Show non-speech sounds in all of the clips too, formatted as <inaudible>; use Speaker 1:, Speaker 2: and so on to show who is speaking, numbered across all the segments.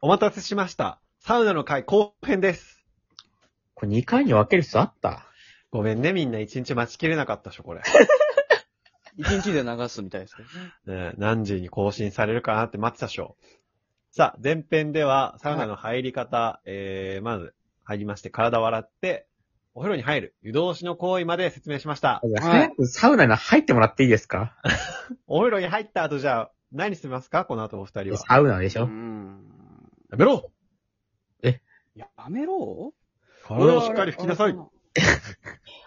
Speaker 1: お待たせしました。サウナの回後編です。
Speaker 2: これ2回に分ける必要あった
Speaker 1: ごめんね、みんな一日待ちきれなかったでしょ、これ。
Speaker 3: 一日で流すみたいですね。
Speaker 1: ねえ、何時に更新されるかなって待ってたでしょ。さあ、前編では、サウナの入り方、えー、まず、入りまして、体を洗って、お風呂に入る、湯通しの行為まで説明しました。
Speaker 2: 早くサウナに入ってもらっていいですか
Speaker 1: お風呂に入った後、じゃあ、何しますかこの後お二人は。
Speaker 2: サウナでし
Speaker 3: う
Speaker 2: ょ
Speaker 3: ん。
Speaker 1: やめろ
Speaker 3: やめろ
Speaker 1: 体をしっかり拭きなさい。し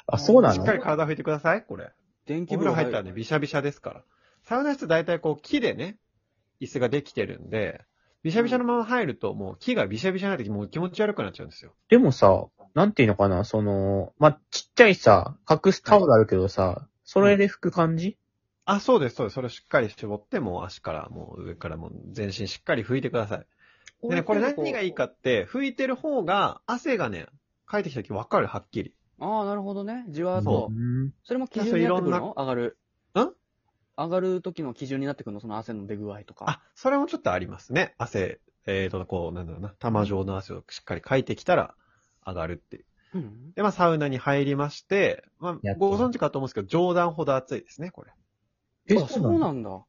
Speaker 2: あ、そうな
Speaker 3: れ
Speaker 1: っ
Speaker 3: は
Speaker 1: か
Speaker 2: の
Speaker 1: り体拭いてください、これ。
Speaker 3: 電
Speaker 1: お
Speaker 3: 気
Speaker 1: 風
Speaker 3: 風
Speaker 1: 呂
Speaker 3: 呂
Speaker 1: 入ったらね、びしゃびしゃですから。サウナ室大体こう木でね、椅子ができてるんで、びしゃびしゃのまま入るともう木がびしゃびしゃになってもう気持ち悪くなっちゃうんですよ。
Speaker 2: でもさ、なんていうのかな、その、まあ、ちっちゃいさ、隠すタオルあるけどさ、それで拭く感じ、
Speaker 1: あ、そうです、そうです。それをしっかり絞って、もう足から、もう上から、もう全身しっかり拭いてください。でね、これ何がいいか。って、拭いてる方が汗がね、帰ってきた時わかる、はっきり。
Speaker 3: ああ、なるほどね。じわーっ
Speaker 1: そ
Speaker 3: と
Speaker 2: う。ん。
Speaker 3: それも基準になってくる
Speaker 1: いやそ
Speaker 3: の上がる。
Speaker 1: ん
Speaker 3: 上がる時の基準になってくるのその汗の出具合とか。
Speaker 1: あ、それもちょっとありますね。汗、えーと、こう、なんだろうな、玉状の汗をしっかりかいてきたら上がるっていう。
Speaker 3: うん。
Speaker 1: で、まあ、サウナに入りまして、ま
Speaker 2: や
Speaker 1: あ
Speaker 2: っ、と
Speaker 1: ご存知かと思うんですけど、上段ほど暑いですね、これ。
Speaker 2: え、
Speaker 3: あ、そう
Speaker 2: の
Speaker 3: なんだ。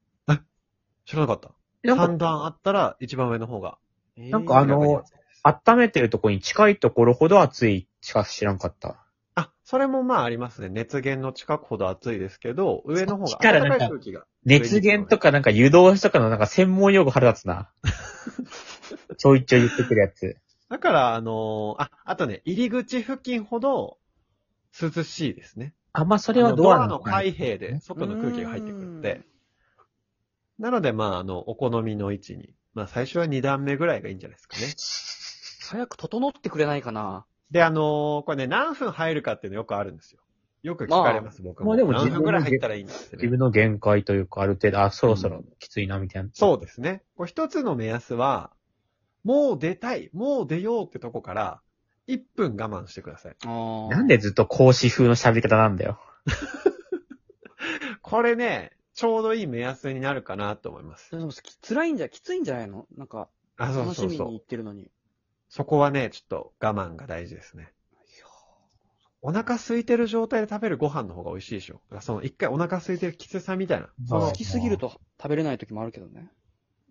Speaker 1: 知らなかった。
Speaker 2: なん
Speaker 1: 3
Speaker 2: か、
Speaker 1: 段あったら、一番上の方が。
Speaker 2: なんかあ
Speaker 1: 明らかに
Speaker 2: の
Speaker 1: 暑いです
Speaker 2: 温めてるとこに近いところほど暑いしか知らんかった。
Speaker 1: あ、それもまあありますね。熱源の近くほど暑いですけど、上の方
Speaker 2: そ
Speaker 1: が
Speaker 2: っちからなんか
Speaker 1: 暖い空気が。
Speaker 2: 熱源とかなんか湯通しとかのなんか専門用語腹立つ <laughs> な。ちょいちょい言ってくるやつ。
Speaker 1: だから、あのーあ、あとね、入り口付近ほど涼しいですね。
Speaker 2: あ、まあ、そ
Speaker 1: そ
Speaker 2: れはドア
Speaker 1: の
Speaker 2: の
Speaker 1: 開閉で外の空気が入ってくるので。なので、まあ、あの、お好みの位置に。まあ、最初は2段目ぐらいがいいんじゃないですかね。
Speaker 3: 早く整ってくれないかな。
Speaker 1: で、あのーこれね、何分入るかっていうのよくあるんですよ。よく聞かれます、僕も。
Speaker 2: まあでも
Speaker 1: 何分ぐらい
Speaker 2: 自
Speaker 1: 入
Speaker 2: 分の
Speaker 1: ったらいいんです
Speaker 2: 自
Speaker 1: ね。
Speaker 2: 分の限界というか、ある程度、あ、そろそろきついな、みたいな。
Speaker 1: そうですね。こう一つの目安は、もう出たい、もう出ようってとこから、1分我慢してください。
Speaker 3: ああ。
Speaker 2: なんでずっと講師風の喋り方なんだよ。
Speaker 1: これね、ちょうどいい目安になるかなと思います
Speaker 3: で。もき辛いんじゃ、きついんじゃないのなんか、
Speaker 1: あ、そう
Speaker 3: 楽
Speaker 1: そう
Speaker 3: しみに
Speaker 1: そ
Speaker 3: 行
Speaker 1: う。
Speaker 3: ってるのに。
Speaker 1: そこはね、ちょっと我慢が大事ですね。
Speaker 3: いや
Speaker 1: お腹空いてる状態で食べるご飯の方が美味しいでしょ。だからその一回お腹空いてるきつさみたいな。
Speaker 3: ー
Speaker 1: そ
Speaker 2: あ
Speaker 1: の
Speaker 3: 好きすぎると食べれない時もあるけどね。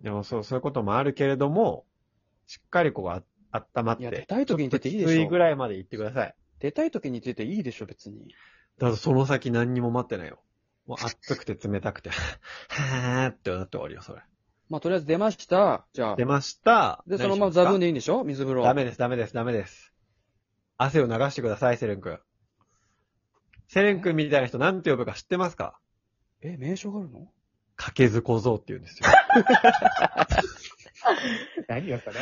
Speaker 1: でもそう、そういうこともあるけれども、しっかりこうあ、温まっ
Speaker 3: いや、出
Speaker 1: て。
Speaker 3: たい時に出ていいで
Speaker 1: ちょっと
Speaker 3: し
Speaker 1: きついぐ
Speaker 3: ょ。
Speaker 1: らいまで行ってください。
Speaker 3: 出たい時に出ていいでしょ、別に。
Speaker 1: だからその先何にも待ってないよ。もう
Speaker 3: <laughs>
Speaker 1: 熱くて冷たくて、はーってなって終わりよ、それ。
Speaker 3: まあ、とりあえず出ました。じゃあ。
Speaker 1: 出ました。
Speaker 3: で、その
Speaker 1: 何し
Speaker 3: まます
Speaker 1: か
Speaker 3: ザブンでいいんでしょ水風呂。
Speaker 1: ダメです、ダメです、ダメです。汗を流してください、セレン君。セレン君みたいな人なんて呼ぶか知ってますか
Speaker 3: え、名称があるの
Speaker 1: かけず小僧って言うんですよ。
Speaker 2: 何よ、それ。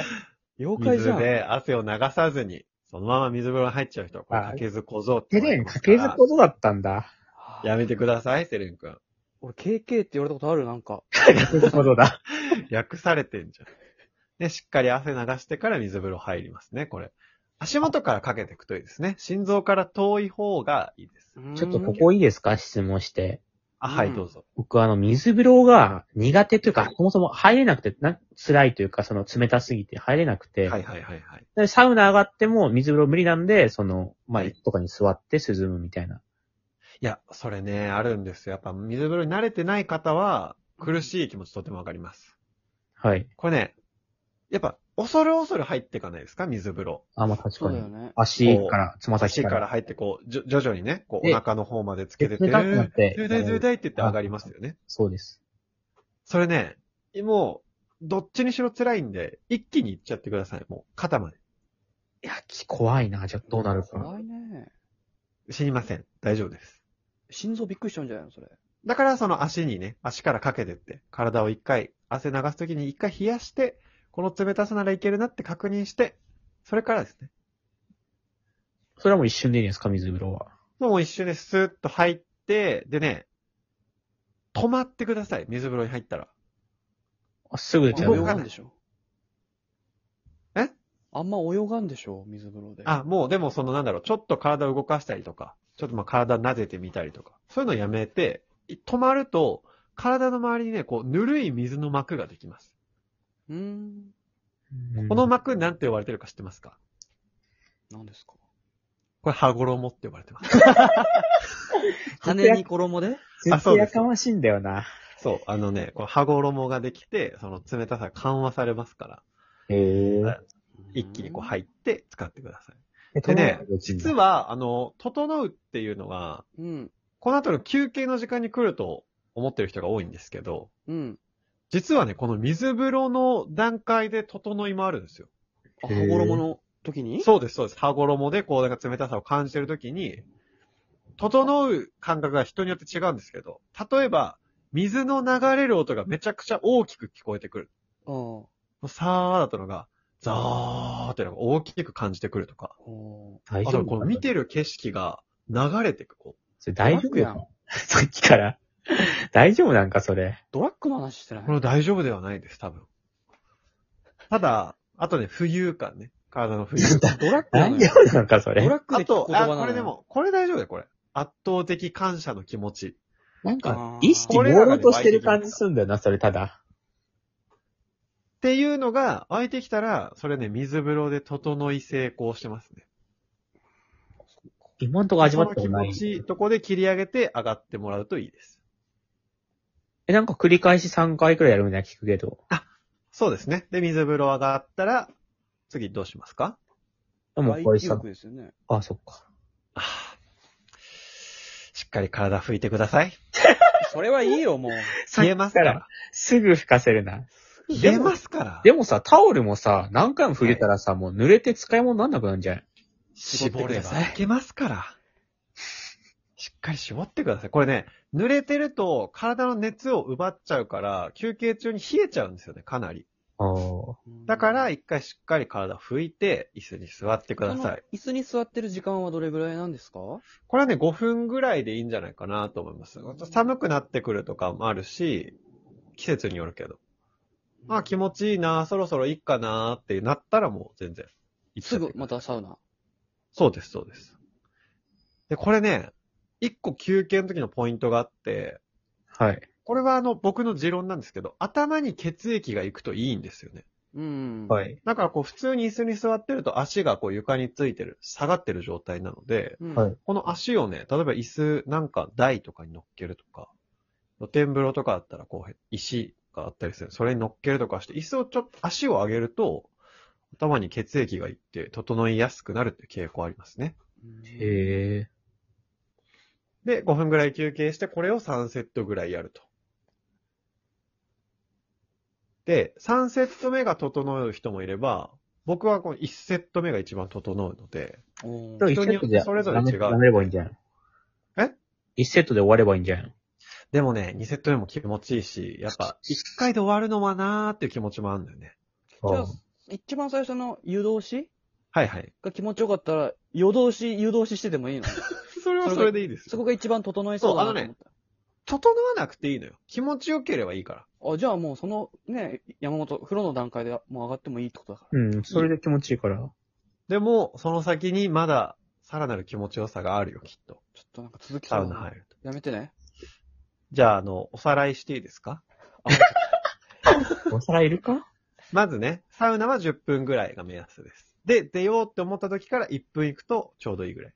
Speaker 3: 妖怪
Speaker 1: 水
Speaker 3: じゃん。
Speaker 1: で汗を流さずに、そのまま水風呂に入っちゃう人、これかけず小僧って
Speaker 2: テ
Speaker 1: 呼ば
Speaker 2: レ
Speaker 1: れ
Speaker 2: ン
Speaker 1: てま
Speaker 2: か
Speaker 1: すか
Speaker 2: け
Speaker 1: ら。
Speaker 2: ずことだったんだ。
Speaker 3: はあ
Speaker 1: やめてください、セレン君。
Speaker 3: 俺、KK って言われたことあるなんか。
Speaker 2: かけずことだ。
Speaker 1: 訳されてんじゃん。で、しっかり汗流してから水風呂入りますね、これ。足元からかけていくといいですね。心臓から遠い方がいいです。
Speaker 2: ちょっとここいいですか質問して。
Speaker 1: あ、は
Speaker 3: う
Speaker 1: い、
Speaker 3: ん
Speaker 1: どうぞ。
Speaker 2: 僕あの、水風呂が苦手というか、そもそも入れなくて、な辛いというか、その冷たすぎて入れなく
Speaker 1: は
Speaker 2: て、
Speaker 1: いはいはいはい。
Speaker 2: でサウナ上がっても水風呂無理なんで、その、まあ、
Speaker 1: はい
Speaker 2: 椅子とかに座って涼むみたいな。
Speaker 1: いや、それね、あるんですよ。やっぱ水風呂に慣れてない方は、苦しい気持ちとてもわかります。
Speaker 2: はい。
Speaker 1: これね、やっぱ、恐る恐る入っていかないですか水風呂。
Speaker 2: あ、まあ確
Speaker 3: そ
Speaker 2: か
Speaker 3: うだよ
Speaker 2: に。
Speaker 3: ね。
Speaker 2: 足から、つま
Speaker 1: 足
Speaker 2: 先か
Speaker 1: から
Speaker 2: ら。
Speaker 1: 入ってこう、じょ徐々にね、こう、お
Speaker 2: で
Speaker 1: 腹の方までつけてて、
Speaker 2: 冷たくなって
Speaker 1: 冷たい冷たいって言って上がりますよね。
Speaker 2: そうです。
Speaker 1: それね、もう、どっちにしろ辛いんで、一気に行っちゃってください。もう、肩まで。
Speaker 2: いや、き怖いな。じゃあどうなるか。
Speaker 3: 怖いね。
Speaker 1: 死にません。大丈夫です。
Speaker 3: 心臓びっくりしちゃうんじゃないのそれ。
Speaker 1: だから、その足にね、足からかけてって、体を一回、汗流すときに一回冷やして、この冷たさならいけるなって確認して、それからですね。
Speaker 2: それはもう一瞬でいいですか水風呂は。
Speaker 1: もう一瞬でスーッと入って、でね、止まってください。水風呂に入ったら。
Speaker 2: あすぐ出
Speaker 3: あ
Speaker 2: ち
Speaker 3: ん
Speaker 2: ゃ
Speaker 3: ま
Speaker 2: う
Speaker 3: 泳
Speaker 1: 動
Speaker 3: が
Speaker 1: か
Speaker 2: よ。
Speaker 3: んでしょ
Speaker 1: え
Speaker 3: あんま泳がんでしょ水風呂で。
Speaker 1: あ、もうでもそのなんだろう、ちょっと体を動かしたりとか、ちょっとまあ体撫でてみたりとか、そういうのやめて、い止まると、体の周りにね、こう、ぬるい水の膜ができます。
Speaker 3: うーん。
Speaker 1: この膜なんて呼ばれてるか知ってますか
Speaker 3: 何ですか
Speaker 1: これ羽衣って呼ばれてます。
Speaker 3: 羽に衣で
Speaker 1: あそう
Speaker 2: 節
Speaker 1: で
Speaker 2: や
Speaker 1: す
Speaker 2: かましいんだよな。
Speaker 1: そう、あのね、これ羽衣ができて、その冷たさが緩和されますから、
Speaker 2: へえ
Speaker 1: はい一気にこう入って使ってください。
Speaker 2: え
Speaker 1: でね、実
Speaker 2: は、
Speaker 1: は、あの、整うっていうのが、
Speaker 3: うん。
Speaker 1: この後の休憩の時間に来ると思ってる人が多いんですけど、
Speaker 3: うん。
Speaker 1: 実はね、この水風呂の段階で整いもあるんですよ。
Speaker 3: あ、
Speaker 2: へー
Speaker 3: 羽衣の時に
Speaker 1: そうです、そうです。羽衣でこう、なんか冷たさを感じてるときに、整う感覚が人によって違うんですけど、例えば、水の流れる音がめちゃくちゃ大きく聞こえてくる。
Speaker 3: う。あ
Speaker 1: さーだったのが、ザーってのが大きく感じてくるとか。
Speaker 3: あ。お
Speaker 2: 大
Speaker 1: あ
Speaker 2: 丈
Speaker 1: と、
Speaker 2: 夫
Speaker 1: この見てる景色が流れてく。こ
Speaker 2: それ大丈夫
Speaker 3: ドラッグ
Speaker 2: よ。さっきから。 <laughs> 大丈夫なんか、それ。
Speaker 3: ドラッグの話してな
Speaker 1: う
Speaker 3: い
Speaker 1: これ大丈夫ではないです、多分。ただ、あとね、浮遊感ね。体の浮遊感。
Speaker 3: ドラッグな
Speaker 2: 大
Speaker 3: の
Speaker 2: 丈
Speaker 3: よ。
Speaker 2: 夫なんか、そ
Speaker 3: ド
Speaker 2: れ。
Speaker 3: ラッグ
Speaker 1: あ
Speaker 3: で聞
Speaker 1: と
Speaker 3: く、言葉
Speaker 1: あ、
Speaker 3: なのよ
Speaker 1: これで。も、これ大丈夫だよ、これ。圧倒的感謝の気持ち。
Speaker 2: なん
Speaker 3: あ
Speaker 2: か
Speaker 3: ー、
Speaker 2: 意識朦朧としてる感じすんだよな、それ、ただ。
Speaker 1: っていうのが湧いてきたら、それね、水風呂で整い成功してますね。
Speaker 2: 今んとこ味わったこ
Speaker 1: そ
Speaker 2: と
Speaker 1: の
Speaker 2: な
Speaker 1: 気
Speaker 2: い
Speaker 1: 持。ちいいとこで切り上げて上がってもらうといいです。
Speaker 2: え、なんか繰り返し3回くらいやるみたいな聞くけど。
Speaker 1: そうですね。で、水風呂上がったら、次どうしますか
Speaker 2: でも、これ
Speaker 3: 外
Speaker 2: さ
Speaker 3: 気浴、ですよね。
Speaker 2: あ、そっか。
Speaker 1: ああしっかり体拭いてください。
Speaker 3: それはいいよ、もう。
Speaker 1: 冷えますから。
Speaker 2: すぐ吹かせるな。
Speaker 1: 冷えますから。
Speaker 2: でもさ、タオルもさ、何回も触れたらさ、もう濡れて使い物になんなくなるんじゃん。
Speaker 1: 絞
Speaker 3: 絞って
Speaker 1: れ
Speaker 3: くだ
Speaker 1: ば
Speaker 3: さい
Speaker 1: いけますから。しっかり絞ってください。これね、濡れてると体の熱を奪っちゃうから、休憩中に冷えちゃうんですよね、かなり。
Speaker 2: ああ。
Speaker 1: だから、
Speaker 3: うん、
Speaker 1: 一回しっかり体拭いて、椅子に座ってください。
Speaker 3: い。椅子に座ってる時間はどれぐらいなんですか
Speaker 1: これはね、5分ぐらいでいいんじゃないかなと思います。寒くなってくるとかもあるし、季節によるけど。まあ気持ちいいな、そろそろいいかなってなったらもう全然。行っちゃ
Speaker 3: す
Speaker 1: って
Speaker 3: ぐ、またサウナ。
Speaker 1: そうです、そうです。で、これね、一個休憩の時のポイントがあって、
Speaker 2: はい。
Speaker 1: これはあの、僕の持論なんですけど、頭に血液が行くといいんですよね。
Speaker 3: うん。い。
Speaker 2: い。
Speaker 1: だからこう、普通に椅子に座ってると足がこう床についてる、下がってる状態なので、
Speaker 3: うん、
Speaker 2: はい
Speaker 1: この足をね、例えば椅子なんか台とかに乗っけるとか、露天風呂とかだったらこう、石があったりする。それに乗っけるとかして、椅子をちょっと、足を上げると、頭に血液がいって、整いやすくなるっていう傾向ありますね。
Speaker 3: うん
Speaker 2: へえ。
Speaker 1: で、5分ぐらい休憩して、これを3セットぐらいやると。で、3セット目が整う人もいれば、僕はこの1セット目が一番整うので、
Speaker 3: おー
Speaker 2: 一セットで
Speaker 1: それぞれ違う
Speaker 2: やめればいいんじゃん。
Speaker 1: え
Speaker 2: 一セットで終わればいいんじゃん。
Speaker 1: でもね、2セット目も気持ちいいし、やっぱ1回で終わるのはなーっていう気持ちもあるんだよね。
Speaker 3: じゃあ、一番最初の湯通し
Speaker 1: はいはい。
Speaker 3: が気持ちよかったら、夜通し、湯通ししてて <laughs> もいいの
Speaker 1: それはそれでいいです
Speaker 3: そこ
Speaker 1: よ。
Speaker 3: が一番整いそうだなと
Speaker 1: そうあ
Speaker 3: 思
Speaker 1: の
Speaker 3: った。
Speaker 1: 整わなくていいのよ。気持ちよければいいから。
Speaker 3: あじゃあもうそのね、山本、風呂の段階でもう上がってもいいってことだから。
Speaker 2: うん、それで気持ちいいから。
Speaker 1: でも、その先にまだ、さらなる気持ちよさがあるよ、きっと。
Speaker 3: ちょっとなんか続きそ
Speaker 1: サ
Speaker 3: う
Speaker 1: ウ
Speaker 3: だ
Speaker 1: ナ
Speaker 3: な
Speaker 1: 入ると。
Speaker 3: やめてね。
Speaker 1: じゃあ、あの、おさらいしていいですか
Speaker 2: お皿いるか
Speaker 1: まずね、サウナは10分ぐらいが目安です。で、出ようって思った時から1分行くとちょうどいいぐらい。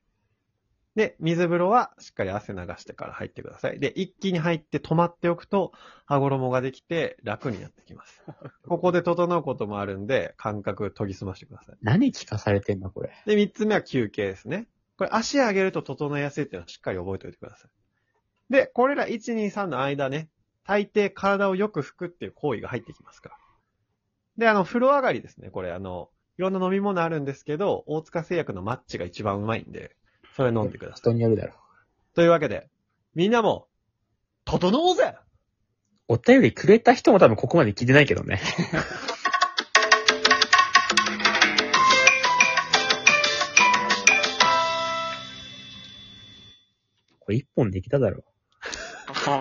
Speaker 1: で、水風呂はしっかり汗流してから入ってください。で、一気に入って止まっておくと、羽衣ができて楽になってきます。ここで整うこともあるんで、感覚研ぎ澄ましてください。
Speaker 2: 何聞かされてんの、これ。
Speaker 1: で、三つ目は休憩ですね。これ足上げると整えやすいっていうのをしっかり覚えておいてください。で、これら1、2、3の間ね、大抵体をよく拭くっていう行為が入ってきますから。で、あの、風呂上がりですね。これ、あの、いろんな飲み物あるんですけど、大塚製薬のマッチが一番うまいんで、それ飲んでください。
Speaker 2: 人によるだろ。
Speaker 1: というわけで、みんなも、整おうぜ
Speaker 2: お便りくれた人も多分ここまで聞いてないけ <laughs> どね。これ一本できただろ。